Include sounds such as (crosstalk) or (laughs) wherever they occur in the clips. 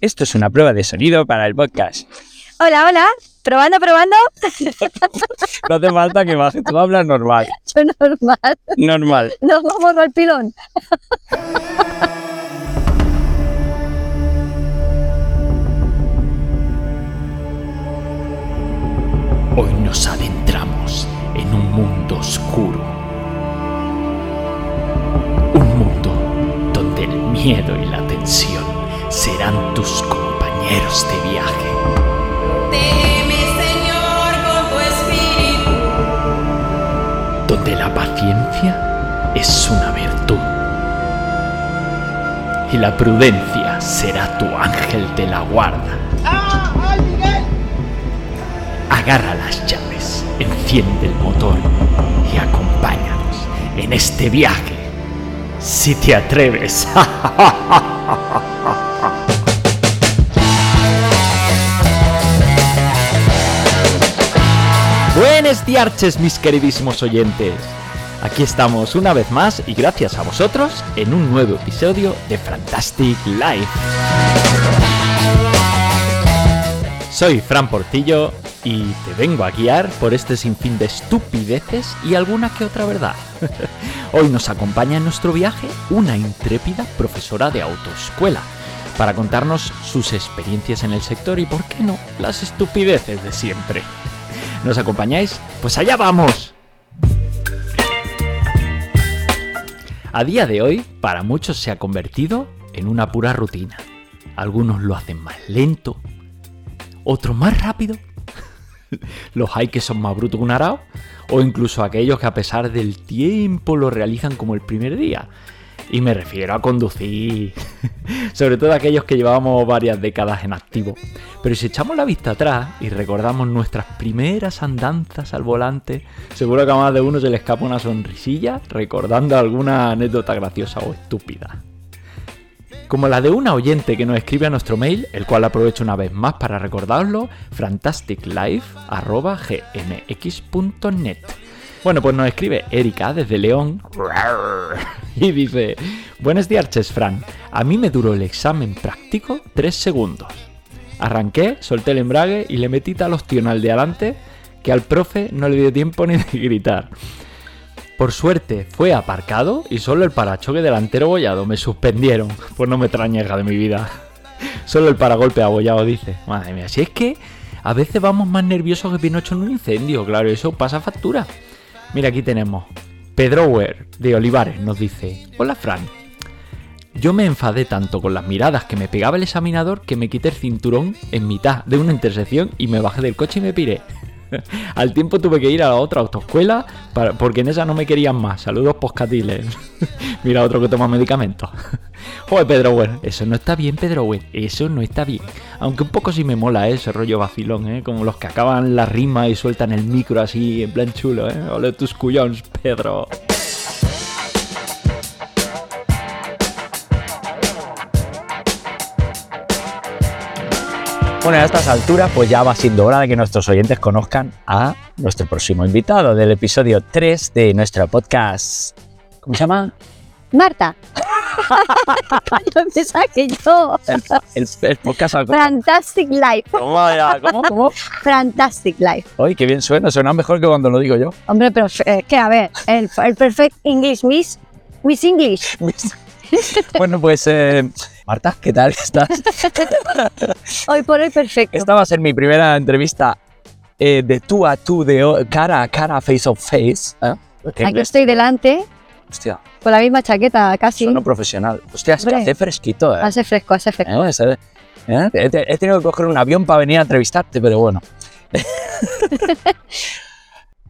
Esto es una prueba de sonido para el podcast. Hola, hola. Probando, probando. (laughs) No hace falta que bajes, tú hablas normal. Yo normal. Normal. Nos vamos al pilón. Hoy nos adentramos en un mundo oscuro. Un mundo donde el miedo y la tensión serán tus compañeros de viaje. Teme, Señor, con tu espíritu. Donde la paciencia es una virtud. Y la prudencia será tu ángel de la guarda. Agarra las llaves, enciende el motor y acompáñanos en este viaje. Si te atreves. Buenas diarches, mis queridísimos oyentes. Aquí estamos una vez más y gracias a vosotros en un nuevo episodio de Fantastic Life. Soy Fran Portillo y te vengo a guiar por este sinfín de estupideces y alguna que otra verdad. (laughs) Hoy nos acompaña en nuestro viaje una intrépida profesora de autoescuela para contarnos sus experiencias en el sector y, por qué no, las estupideces de siempre. ¿Nos acompañáis? Pues allá vamos. A día de hoy, para muchos se ha convertido en una pura rutina. Algunos lo hacen más lento, otros más rápido. (laughs) Los hay que son más brutos que un arao, o incluso aquellos que a pesar del tiempo lo realizan como el primer día. Y me refiero a conducir, (laughs) sobre todo aquellos que llevábamos varias décadas en activo. Pero si echamos la vista atrás y recordamos nuestras primeras andanzas al volante, seguro que a más de uno se le escapa una sonrisilla recordando alguna anécdota graciosa o estúpida. Como la de una oyente que nos escribe a nuestro mail, el cual aprovecho una vez más para recordarlo, fantasticlife.gmx.net. Bueno, pues nos escribe Erika desde León y dice, buenos días, Ches Fran. A mí me duró el examen práctico 3 segundos. Arranqué, solté el embrague y le metí tal ostión al de adelante que al profe no le dio tiempo ni de gritar. Por suerte fue aparcado y solo el parachoque delantero abollado me suspendieron. Pues no me trañega de mi vida. Solo el paragolpe abollado dice. Madre mía, si es que a veces vamos más nerviosos que Pinocho en un incendio, claro, eso pasa factura. Mira, aquí tenemos. Pedro Wer de Olivares nos dice: Hola, Fran. Yo me enfadé tanto con las miradas que me pegaba el examinador que me quité el cinturón en mitad de una intersección y me bajé del coche y me piré. (laughs) Al tiempo tuve que ir a la otra autoescuela para- porque en esa no me querían más. Saludos poscatiles. (laughs) Mira, otro que toma medicamentos. (laughs) Joder, Pedro Wen. Eso no está bien, Pedro Wen. Eso no está bien. Aunque un poco sí me mola ¿eh? ese rollo vacilón, ¿eh? como los que acaban la rima y sueltan el micro así en plan chulo. ¿eh? Ole tus cuyons, Pedro. Bueno, a estas alturas, pues ya va siendo hora de que nuestros oyentes conozcan a nuestro próximo invitado del episodio 3 de nuestro podcast. ¿Cómo se llama? Marta. (laughs) Yo pensaba que yo. El, el podcast al Fantastic Life. ¿Cómo era? ¿Cómo? ¿Cómo? (laughs) Fantastic Life. Ay, qué bien suena, suena mejor que cuando lo digo yo. (laughs) Hombre, pero es que a ver, el, el perfect English Miss. Miss English. Bueno, pues eh, Marta, ¿qué tal (laughs) estás? Hoy por hoy perfecto. Esta va a ser mi primera entrevista eh, de tú a tú, de o- cara a cara, face on face. ¿eh? Porque, Aquí estoy delante, Hostia, con la misma chaqueta casi. sueno profesional. Hostia, es que Hombre. hace fresquito, ¿eh? Hace fresco, hace fresco. ¿Eh? Es, eh, ¿eh? He te- He tenido que coger un avión para venir a entrevistarte, pero (laughs) bueno.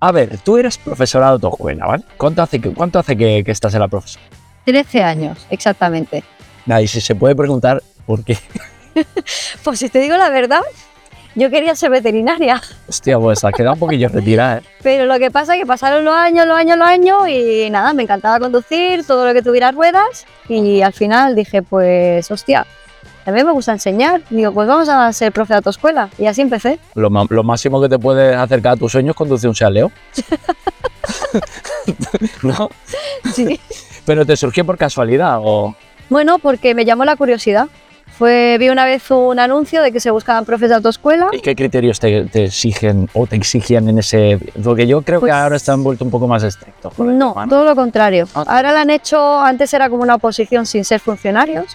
a ver, tú eres profesora de autoescuela, ¿vale? ¿Cuánto hace que, cuánto hace que, que estás en la profesora? 13 años, exactamente. Nadie, si se puede preguntar por qué. Pues si te digo la verdad, yo quería ser veterinaria. Hostia, pues has quedado un poquillo retirada, ¿eh? Pero lo que pasa es que pasaron los años, los años, los años y nada, me encantaba conducir, todo lo que tuviera ruedas y al final dije, pues hostia, también me gusta enseñar. Digo, pues vamos a ser profe de autoescuela y así empecé. Lo, ma- lo máximo que te puedes acercar a tus sueños es conducir un chaleo. (laughs) ¿No? Sí. Pero te surgió por casualidad o... bueno, porque me llamó la curiosidad. Fue, vi una vez un anuncio de que se buscaban profes de autoescuela. ¿Y (laughs) qué criterios te, te exigen o te exigían en ese...? Porque yo creo Pues- que ahora se han vuelto un poco más estrictos. con el No, tema, todo lo contrario. Ah. Ahora la han hecho, antes era como una oposición sin ser funcionarios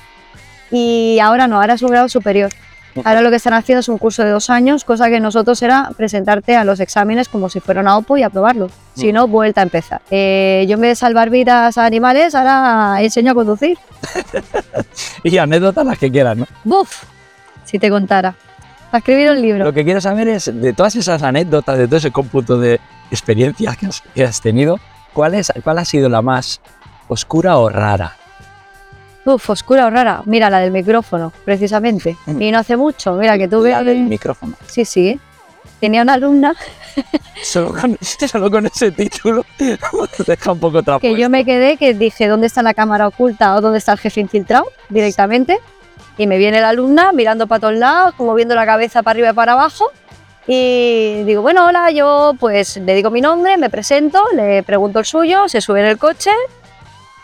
y ahora no, ahora es un grado superior. Ahora lo que están haciendo es un curso de dos años, cosa que nosotros era presentarte a los exámenes como si fuera una OPO y aprobarlo. Mm. Si no, vuelta a empezar. Eh, yo en vez de salvar vidas a animales, ahora enseño a conducir. Y anécdotas las que quieras, ¿no? ¡Buf! Si te contara. Para escribir un libro. Lo que quiero saber es, de todas esas anécdotas, de todo ese cómputo de experiencias que has, que has tenido, ¿cuál, es, ¿cuál ha sido la más oscura o rara? Uf, oscura o rara. Mira, la del micrófono, precisamente. Mm. Y no hace mucho, mira, que tuve... La del micrófono. Sí, sí. Tenía una alumna Solo con, (laughs) solo con ese título (laughs) deja un poco trapo. que yo me quedé, que dije, ¿dónde está la cámara oculta o dónde está el jefe infiltrado? Directamente. Y me viene la alumna mirando para todos lados, como viendo la cabeza para arriba y para abajo. Y digo, bueno, hola, yo pues le digo mi nombre, me presento, le pregunto el suyo, se sube en el coche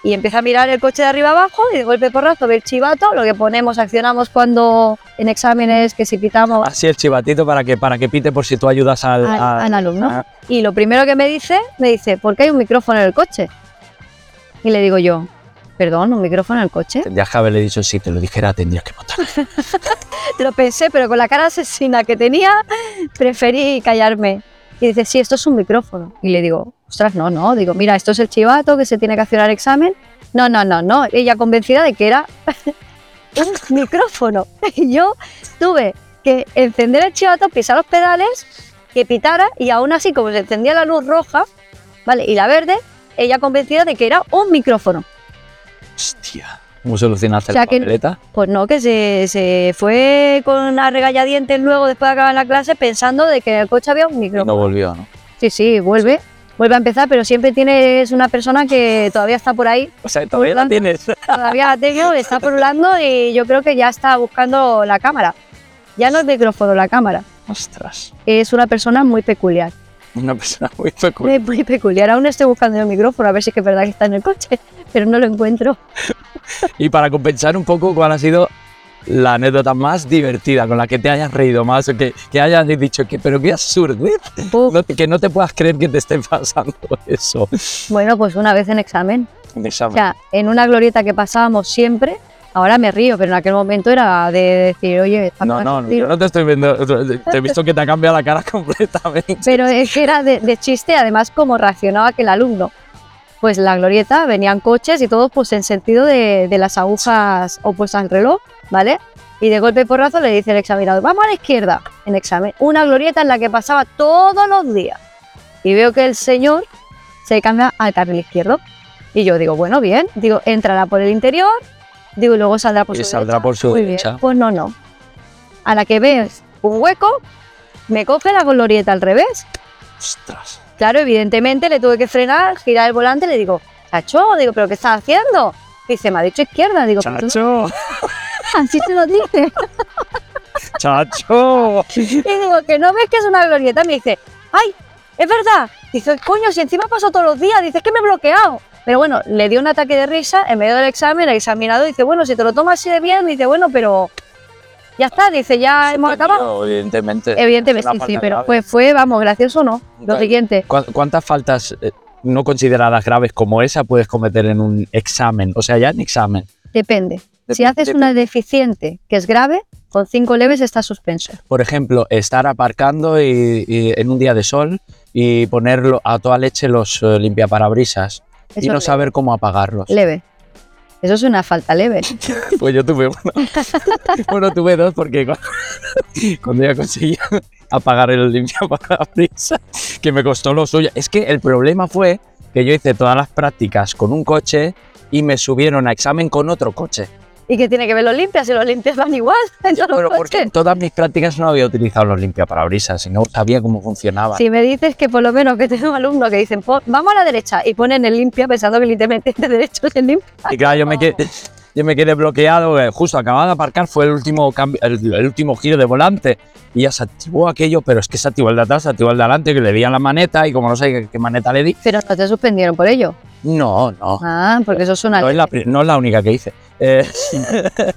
y empieza a mirar el coche de arriba abajo y de golpe porrazo ve el chivato, lo que ponemos, accionamos cuando en exámenes, que si quitamos Así el chivatito para que, para que pite por si tú ayudas al... al, al- al alumno. ah. Y lo primero que me dice, me dice, ¿por qué hay un micrófono en el coche? Y le digo yo, perdón, ¿un micrófono en el coche? Tendrías que haberle dicho, si te lo dijera, tendrías que matar. Lo pensé, pero con la cara asesina que tenía, preferí callarme. Y dice, sí, esto es un micrófono. Y le digo, ostras, no, no. Digo, mira, esto es el chivato que se tiene que accionar examen. No, no, no, no. Ella convencida de que era (laughs) un micrófono. (laughs) Y yo tuve que encender el chivato, pisar los pedales, que pitara y aún así, como se encendía la luz roja, ¿vale? Y la verde, ella convencida de que era un micrófono. Hostia. ¿Cómo solucionaste O sea la que- papeleta? Pues no, que se, se fue con una regañadientes luego después de acabar la clase pensando de que en el coche había un Y micrófono. no volvió, ¿no? Sí, sí, vuelve. Vuelve a empezar, pero siempre tienes una persona que todavía está por ahí, O sea, todavía la Volván- tienes. (laughs) todavía la tengo, está pululando y yo creo que ya está buscando la cámara. Ya no el micrófono, la cámara. Ostras. Es una persona muy peculiar. Una persona muy peculiar. Muy, muy peculiar. Aún estoy buscando el micrófono, a ver si es que es verdad que está en el coche, pero no lo encuentro. Y para compensar un poco, ¿cuál ha sido la anécdota más divertida con la que te hayas reído más o que, que hayas dicho que, pero qué absurdo, Uf, que no te puedas creer que te esté pasando eso? bueno, pues una vez en examen. Un O examen. sea, en una glorieta que pasábamos siempre, ahora me río, pero en aquel momento era de decir, oye, está No, no, no, yo no te estoy viendo. Te he visto que te ha cambiado la cara (laughs) completamente. Pero es que era de, de chiste, además, como reaccionaba aquel alumno. Pues en la glorieta venían coches y todos pues en sentido de, de las agujas opuestas al reloj, ¿vale? Y de golpe y porrazo le dice el examinador, vamos a la izquierda, en examen. Una glorieta en la que pasaba todos los días. Y veo que el señor se cambia al carril izquierdo. Y yo digo, bueno, bien. Digo, entrará por el interior, digo, y luego saldrá por Y su saldrá derecha. por su Muy bien, derecha. Pues no, no. A la que ves un hueco, me coge la glorieta al revés Ostras. Claro, evidentemente le tuve que frenar, girar el volante, le digo, Chacho, digo, ¿pero qué estás haciendo? Dice, me ha dicho izquierda, digo, "Pero tú no- Chacho, así te lo dice. (laughs) chacho. Y digo, que no ves que es una glorieta. Me dice, ay, es verdad. Dice, coño, si encima paso todos los días, dice, es que me he bloqueado. Pero bueno, le dio un ataque de risa en medio del examen, el examinado dice, bueno, si te lo tomas así de bien, dice, bueno, pero ya está, dice, ya hemos acabado. Eh, Yo, Evidentemente. Evidentemente, una sí, sí, falta pero grave. fue, fue, vamos, gracioso no. Lo Vale. siguiente, ¿Cuá- ¿Cuántas faltas eh, no consideradas graves como esa puedes cometer en un examen? O sea, ya en examen. depende. Si Dep- haces dep- una deficiente que es grave, con cinco leves está suspenso. Por ejemplo, estar aparcando y, y en un día de sol y ponerlo a toda leche los eh, limpiaparabrisas Eso y no es saber cómo apagarlos. leve. Eso es una falta leve. (laughs) Pues yo tuve uno. bueno, tuve dos porque cu- (laughs) cuando ya conseguí apagar el limpiaparabrisas, que me costó lo suyo. Es que el problema fue que yo hice todas las prácticas con un coche y me subieron a examen con otro coche. (laughs) ¿Y que tiene que ver los limpias? Si los limpias van igual (laughs) en todos Pero los porque en coches. todas mis prácticas no había utilizado los limpiaparabrisas y no sabía cómo funcionaba. Si me dices que por lo menos que tengo un alumno que dicen "Po- vamos a la derecha y ponen el limpia pensando que el intermitente derecho es el limpia. Y claro, yo me, que- yo me quedé bloqueado, eh, justo acababa de aparcar, fue el último, cambio, el, el último giro de volante y ya se activó aquello, pero es que se activó el de atrás, se activó el de adelante, que le di a la maneta y como no sé qué, qué maneta le di, Pero no te suspendieron por ello. no, no, Ah, porque eso es una. no es, la, pri- no es la única que hice. Eh,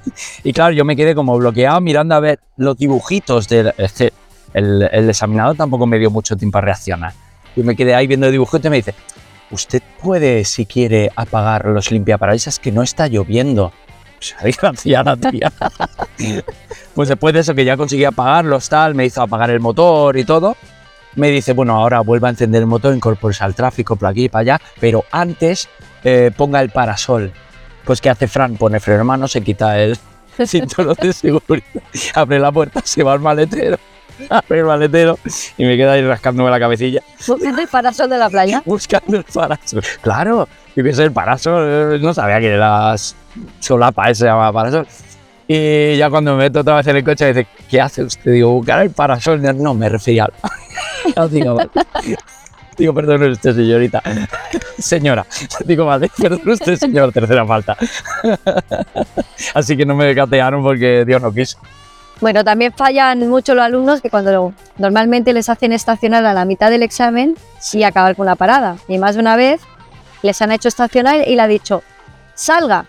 (laughs) y claro, yo me quedé como bloqueado mirando a ver los dibujitos del... es que el, el examinador tampoco me dio mucho tiempo a reaccionar. Yo me quedé ahí viendo el dibujito y me dice, usted puede, si quiere, apagar los limpiaparabrisas que no está lloviendo. Pues (laughs) desgraciada, tía. (laughs) pues después de eso que ya conseguí apagarlos, tal, me hizo apagar el motor y todo. Me dice, bueno, ahora vuelva a encender el motor, incorpórese al tráfico por aquí y para allá, pero antes eh, ponga el parasol. Pues ¿qué hace Fran? Pone freno en mano, se quita el cinturón de seguridad, abre la puerta, se va al maletero, (laughs) abre el maletero y me queda ahí rascándome la cabecilla Buscando el parasol de la playa. buscando el parasol. Claro, y pienso el parasol, eh, no sabía que era s- solapa, ese se llamaba parasol. Y ya cuando me meto otra vez en el coche, me dice, ¿qué hace usted? Digo, buscar el parasol. No, No, me refería al... (laughs) No, digo, vale. (laughs) Digo, perdón usted, señorita. Señora. (laughs) Digo, vale, perdón usted, señor, tercera falta. (laughs) Así que no me catearon porque Dios no quiso. Bueno, también fallan mucho los alumnos que cuando lo- normalmente les hacen estacionar a la mitad del examen y acabar con la parada. Y más de una vez les han hecho estacionar y le ha dicho, salga.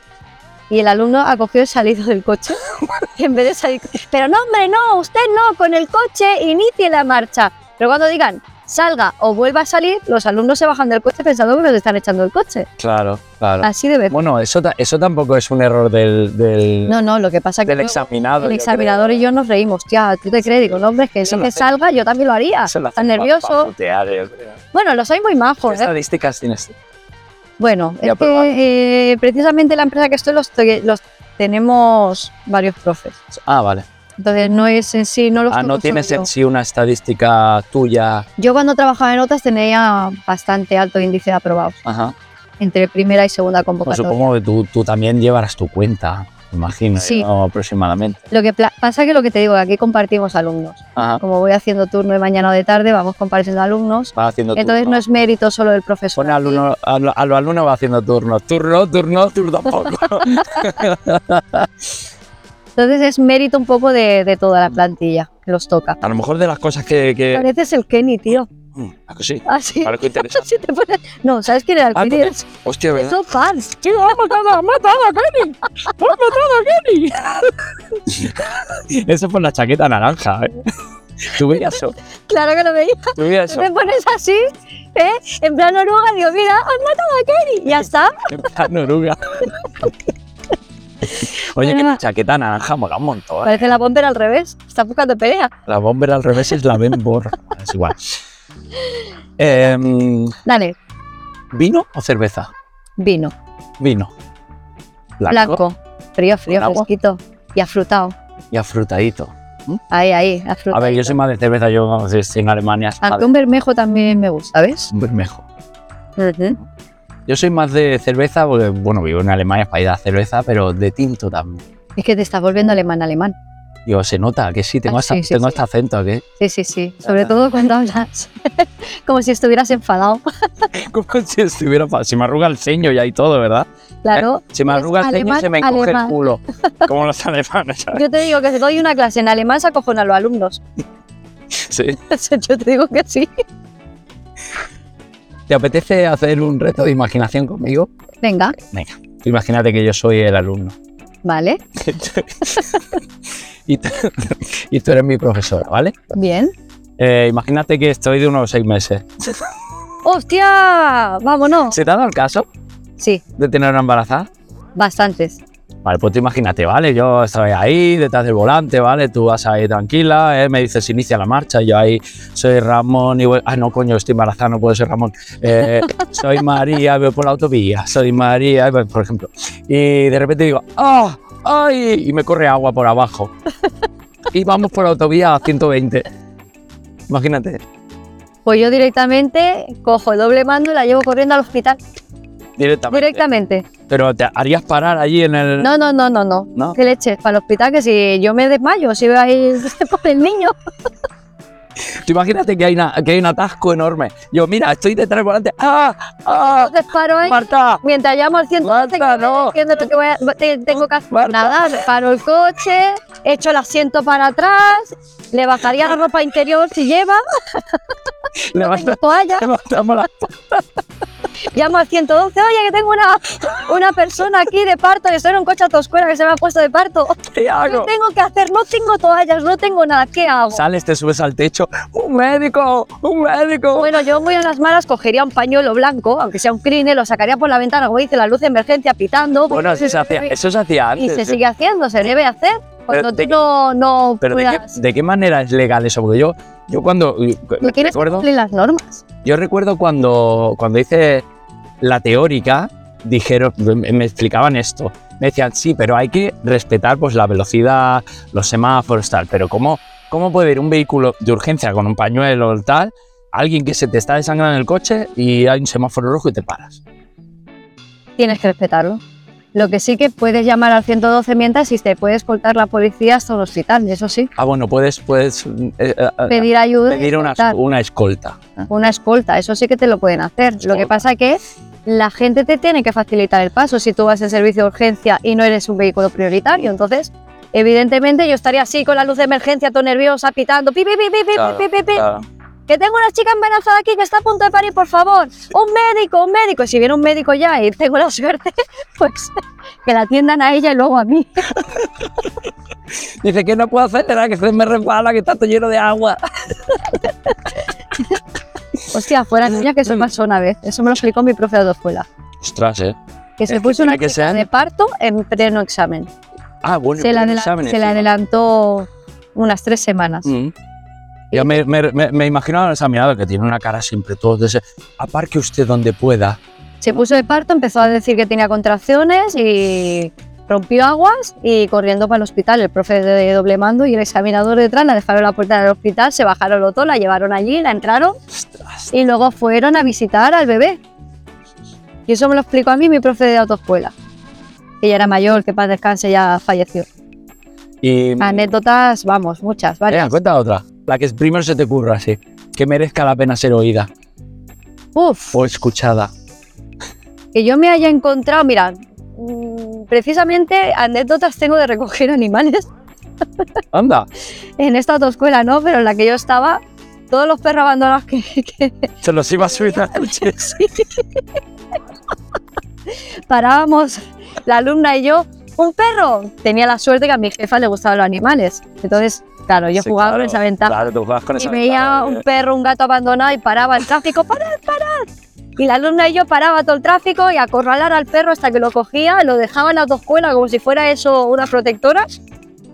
Y el alumno ha cogido y salido del coche. (laughs) y en vez de salir, pero no, hombre, no, usted no, con el coche inicie la marcha. Pero cuando digan, salga o vuelva a salir, los alumnos se bajan del coche pensando que les están echando el coche. Claro, claro. Así de vez. Bueno, eso, ta- eso tampoco es un error del, del, No, no, lo que pasa es que del luego examinado. el yo creo. examinador y yo nos reímos. Tía, ¿tú te crees? Digo, no, hombre, es que Eso eso lo que hace- salga yo también lo haría. Eso lo Está hacen pa- pa Ah, nervioso. putear, yo creo. Bueno, los hay muy ¿Qué majos, ¿eh? estadísticas tienes? Bueno, Ya, es pero vamos. que eh, precisamente la empresa que estoy los, te- los tenemos varios profes. Ah, vale. Entonces no es en sí, no los Ah, no controlo tienes yo. en sí una estadística tuya. Yo cuando trabajaba en otras tenía bastante alto índice de aprobados Ajá. entre primera y segunda Pues convocatoria. supongo que tú, tú también llevarás tu cuenta, me imagino, Sí. ¿no? aproximadamente. Lo que pla- pasa que lo que te digo, que aquí compartimos alumnos. Ajá. Como voy haciendo turno de mañana o de tarde, vamos compartiendo alumnos. Va haciendo Entonces no turno. es mérito solo del profesor. Pone al alumno, a lo- a los alumnos va haciendo turno. Turno, turno, turno (laughs) poco. Entonces es mérito un poco de, de toda Mm. la plantilla, que los toca. a lo mejor de las cosas que. que... Pareces el Kenny, tío. Mm, ¿a que sí. Así. (laughs) Parezco interesante. te pones- No, ¿sabes quién era el Ah, Kenny? no. Eres- Hostia, (laughs) ¿verdad? Son fans. ¡Tío, ha matado, ha matado a Kenny! ¡Ha matado a Kenny! Eso por la chaqueta naranja, (laughs) ¿eh? Tú veías eso. (laughs) Claro que lo veía. Tú veías Tú eso. te pones así, ¿eh? En plan oruga, digo, mira, han matado a Kenny. Ya está. En plan oruga. Oye, que la chaqueta naranja mola un montón. ¿eh? Parece la bomber al revés. Está buscando pelea. La bomber al revés es la Ben Bor. Es igual. Em, Dale, ¿Vino o cerveza? vino. Vino. Blanco. Frío, frío, ¿Con agua? fresquito. Y afrutado. Y afrutadito. Ahí, ahí, afrutado. A ver, yo soy más de cerveza, yo vamos, estoy en Alemania. es más Aunque de- un bermejo también me gusta, ¿ves? Un bermejo. Mm. Ujú. Yo soy más de cerveza, porque, bueno, vivo en Alemania, es país de la cerveza, pero de tinto también. Es que te estás volviendo alemán, alemán. Digo, se nota que sí, tengo, Ah, hasta, sí, sí, tengo sí. hasta acento, ¿qué? Sí, sí, sí. Sobre todo cuando hablas (laughs) como si estuvieras enfadado. (laughs) Como si estuviera... pa- Se me arruga el ceño ya y todo, ¿verdad? Claro. Se me Es arruga el ceño y alemán, se me encoge el (laughs) alemán. culo. Como los alemanes, (laughs) ¿sabes? Yo te digo que si doy una clase en alemán se acojonan los alumnos. (laughs) Sí. Yo te digo que sí. ¿Te apetece hacer un reto de imaginación conmigo? Venga, Venga. Tú imagínate que yo soy el alumno. vale. y, tú, (laughs) y tú eres mi profesora, ¿vale? Bien. Eh, imagínate que estoy de unos seis meses. ¡Hostia! ¡Vámonos! ¿Se te ha dado el caso Sí, de tener una embarazada? bastantes. Vale, pues tú imagínate, ¿vale? Yo estoy ahí, detrás del volante, ¿vale? Tú vas ahí tranquila, ¿eh? me dices, inicia la marcha, yo ahí soy Ramón y voy... Ah, no, coño, estoy embarazada, no puedo ser Ramón. Eh, soy María, voy por la autovía, soy María, eh, por ejemplo. Y de repente digo, ¡ah! ¡Ay! Y me corre agua por abajo. Y vamos por la autovía a 120. Imagínate, Pues yo directamente cojo el doble mando y la llevo corriendo al hospital. directamente. Directamente. Pero te harías parar allí en el... No, no, no, no, no. Mm. No. (laughs) Que leches para el hospital que si yo me desmayo, si veo ahí por el niño. Tú imagínate que hay, una- que hay un atasco enorme. Yo, mira, estoy detrás del volante. ¡Ah! ¡Ah! Entonces paro ahí. ¡Marta! Mientras llamo al Marta, 112, que me no. diciendo lo que voy a- te- tengo que hacer Marta. nada, paro el coche, echo el asiento para atrás, le bajaría la ropa interior si lleva, tengo Levanta, toalla, levantamos la. llamo al 112, oye que tengo una, una persona aquí de parto, que estoy en un coche a tu escuela que se me ha puesto de parto, ¿Qué ¿qué hago? tengo que hacer? No tengo toallas, no tengo nada, ¿qué hago? Sales, te subes al techo. ¡Un médico! ¡Un médico! Bueno, yo muy a las malas cogería un pañuelo blanco, aunque sea un crine, lo sacaría por la ventana, como dice, la luz de emergencia pitando. Bueno, eso se hacía, eso se hacía antes. y pues, se ¿eh? sigue haciendo, se debe hacer. Cuando de- tú no, no Pero de puedas- qué, de qué manera es legal eso? Porque yo, yo cuando. Tú tienes que recuerdo- cumplir las normas. Yo recuerdo cuando, cuando hice la teórica, dijeron, me, me explicaban esto. Me decían, sí, pero hay que respetar pues, la velocidad, los semáforos, tal. Pero ¿cómo, ¿cómo puede ir un vehículo de urgencia con un pañuelo, tal, alguien que se te está desangrando en el coche y hay un semáforo rojo y te paras? Tienes que respetarlo. Lo que sí que puedes llamar al 112 mientras y te puede escoltar la policía hasta un hospital, eso sí. Ah, bueno, puedes, puedes eh, eh, eh, Pedir ayuda. y pedir una, escoltar. una escolta. una escolta, eso sí que te lo pueden hacer. Lo que Escolta. pasa que la gente te tiene que facilitar el paso si tú vas en servicio de urgencia y no eres un vehículo prioritario. Entonces, evidentemente yo estaría así con la luz de emergencia, todo nerviosa, pitando, pi, pi, pi, pi, pi, Claro, pi, pi, pi, claro. que tengo una chica embarazada aquí que está a punto de parir, por favor, un médico, un médico. Y si viene un médico ya y tengo la suerte, (laughs) pues que la atiendan a ella y luego a mí. Dice que no puedo hacer nada, que se me resbala, que está todo lleno de agua. Hostia, fuera niña que soy más una vez. Eso me lo explicó mi profe de escuela. Ostras, eh. Que se Es que puso tiene una que chica ser- de parto en pleno examen. Ah, bueno, se, la pero adela- exámenes, se la sí. adelantó unas tres semanas. Mm. Yo me, me, me, me imagino al examinador que tiene una cara siempre todo de ese. Aparque usted donde pueda. Se puso de parto, empezó a decir que tenía contracciones y rompió aguas y corriendo para el hospital. El profe de doble mando y el examinador detrás la dejaron en la puerta del hospital, se bajaron los dos, la llevaron allí, la entraron Ostras. y luego fueron a visitar al bebé. Y eso me lo explicó a mí mi profe de autoescuela. Ella era mayor, que para descanse ya falleció. Y me Anécdotas, vamos, muchas, varias. cuenta otra. La que primero se te ocurra, así. Que merezca la pena ser oída Uf. o escuchada. que yo me haya encontrado, mira, mm, precisamente anécdotas tengo de recoger (laughs) animales Anda. en esta autoescuela, ¿no? Pero en la que yo estaba, todos los perros abandonados que, (laughs) que Se los iba a subir a (laughs) coches. parábamos, la alumna y yo, un perro. Tenía la suerte que a mi jefa le gustaban los animales. Entonces, claro, yo jugaba con esa ventaja. Claro, tú jugabas con y esa veía ventaja. eh. un perro, un gato abandonado y paraba el tráfico, parad, parad. Y la alumna y yo paraba todo el tráfico y acorralar al perro hasta que lo cogía, lo dejaba en la autoescuela como si fuera eso una protectora.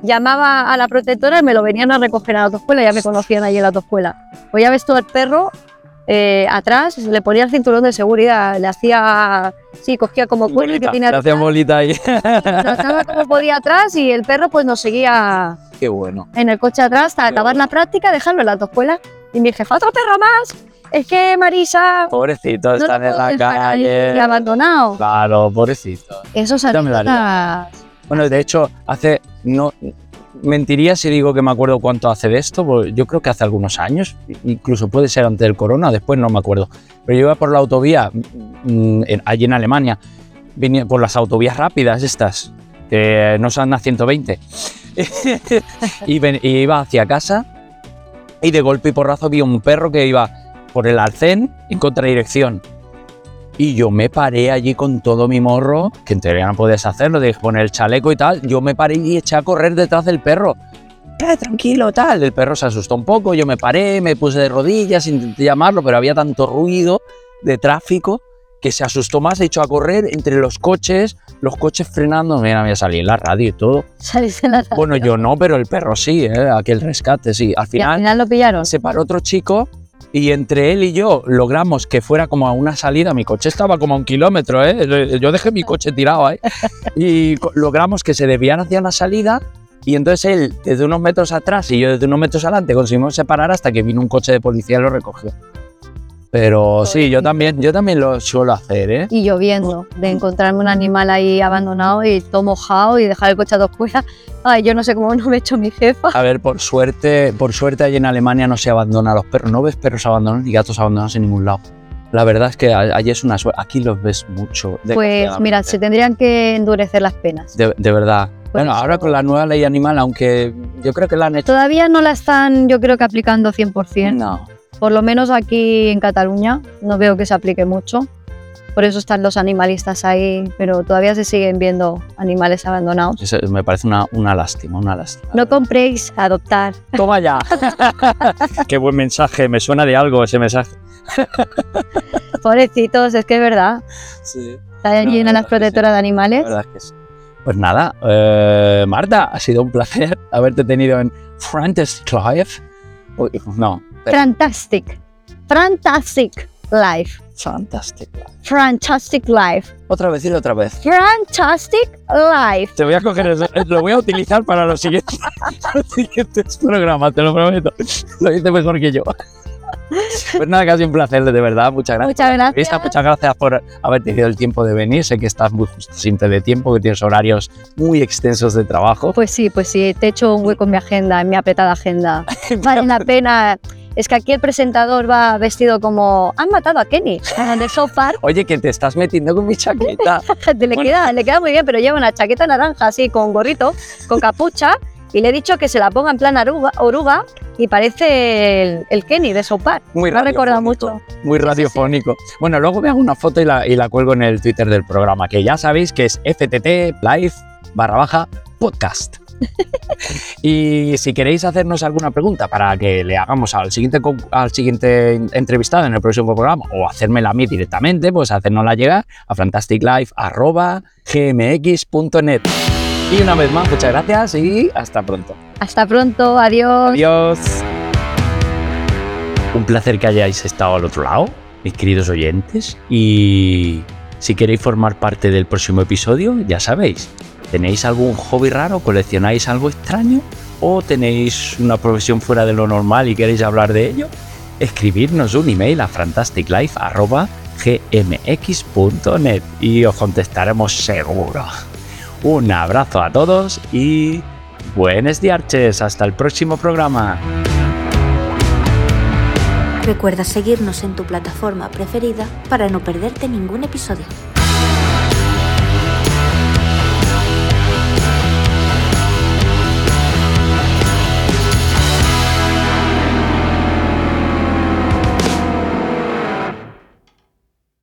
Llamaba a la protectora y me lo venían a recoger a la autoescuela, ya me conocían allí en la autoescuela. Pues ya ves tú al perro eh, atrás, le ponía el cinturón de seguridad, le hacía, sí, cogía como cuerda que Bolita. tenía Gracias, atrás, bolita ahí. lo ataba como podía atrás y el perro pues nos seguía Qué bueno. en el coche atrás hasta Qué acabar la práctica, dejarlo en la autoescuela. Y mi jefa, otro perro más. Es que Marisa no Pobrecito, lo están en puedo la dejar ahí calle. abandonado. Claro, pobrecito. Eso es Ya me la (laughs) Bueno, de hecho, hace. No, mentiría si digo que me acuerdo cuánto hace de esto, porque yo creo que hace algunos años, incluso puede ser antes del corona, después no me acuerdo. Pero yo iba por la autovía, mm, en- allí en Alemania, venía por las autovías rápidas estas, que no son a 120. (laughs) y, ven- y iba hacia casa y de golpe y porrazo vi un perro que iba por el arcén en contradirección. Y yo me paré allí con todo mi morro, que en teoría no podías hacerlo, de poner el chaleco y tal. Yo me paré y eché a correr detrás del perro. "Eh, tranquilo, tal. El perro se asustó un poco, yo me paré, me puse de rodillas, intenté llamarlo, pero había tanto ruido de tráfico que se asustó más, echó a correr entre los coches, los coches frenando. Mira, me salí en la radio y todo. Saliste en la tarde. Bueno, yo no, pero el perro sí, ¿eh? aquel rescate sí. Al Y al final final lo pillaron. se paró otro chico y entre él y yo logramos que fuera como a una salida. Mi coche estaba como a un kilómetro, ¿eh? Yo dejé mi coche tirado, ¿eh? Y co- logramos que se desviara hacia una salida y entonces él desde unos metros atrás y yo desde unos metros adelante conseguimos separar hasta que vino un coche de policía y lo recogió. Pero sí, yo también, yo también lo suelo hacer, ¿eh? Y lloviendo, de encontrarme un animal ahí abandonado y todo mojado y dejar el coche a dos cuerdas. Ay, yo no sé cómo (laughs) no me he hecho mi jefa. A ver, por suerte, por suerte allí en Alemania no se abandona a los perros. No ves perros abandonados ni gatos abandonados en ningún lado. La verdad es que a- allí es una suerte. Aquí los ves mucho. Pues mira, desgraciadamente. se Pues tendrían que endurecer las penas. de, de verdad. bueno, eso- ahora con la nueva ley animal, aunque yo creo que la han hecho. Todavía no la están, yo creo que aplicando 100%. No. Por lo menos aquí en Cataluña no veo que se aplique mucho. Por eso están los animalistas ahí, pero todavía se siguen viendo animales abandonados. Eso me parece una, una lástima, una lástima. No compréis, adoptar. Toma (laughs) ya. Qué buen mensaje, me suena de algo ese mensaje. Pobrecitos, es que es verdad. Sí. Están No, llenas la verdad que las sí. protectoras de animales. La verdad es que sí. Pues nada, eh, Marta, ha sido un placer (laughs) haberte tenido en Francis Clive. Uy, No, pero- Fantastic. Fantastic life. Fantastic Clive. Fantastic life. Otra vez, dilo otra vez. Fantastic life. Te voy a coger, eso, lo voy a utilizar para los siguientes, (laughs) los siguientes programas, te lo prometo. Lo hice mejor que yo. Pues nada, casi un placer, de verdad. Muchas gracias. Muchas gracias. Luisa, muchas gracias por haber tenido el tiempo de venir. Sé que estás muy justo siempre de tiempo, que tienes horarios muy extensos de trabajo. Pues sí, pues sí, te echo un hueco en mi agenda, en mi apretada agenda. Vale la pena. Es que aquí el presentador va vestido como han matado a Kenny (laughs) de South Park. Oye, que te estás metiendo con mi chaqueta. Le Bueno. queda, le queda muy bien, pero lleva una chaqueta naranja así con gorrito, con capucha. Y le he dicho que se la ponga en plan aruga- oruga y parece el, el Kenny de South Park. Muy Me ha recordado radiofónico, mucho. Muy radiofónico. Bueno, luego me hago una foto y la, y la cuelgo en el Twitter del programa, que ya sabéis que es FTT Live barra baja podcast. y si queréis hacernos alguna pregunta para que le hagamos al siguiente, con- al siguiente entrevistado en el próximo programa o hacérmela a mí directamente, pues hacérnosla llegar a fantasticlife.gmx.net. Y una vez más, muchas gracias y hasta pronto. Hasta pronto, adiós. Adiós. Un placer que hayáis estado al otro lado, mis queridos oyentes. Y si queréis formar parte del próximo episodio, ya sabéis, ¿tenéis algún hobby raro? ¿Coleccionáis algo extraño? ¿O tenéis una profesión fuera de lo normal y queréis hablar de ello? Escribirnos un email a fantasticlife.gmx.net y os contestaremos seguro. Un abrazo a todos y Buenos diarches, hasta el próximo programa. Recuerda seguirnos en tu plataforma preferida para no perderte ningún episodio.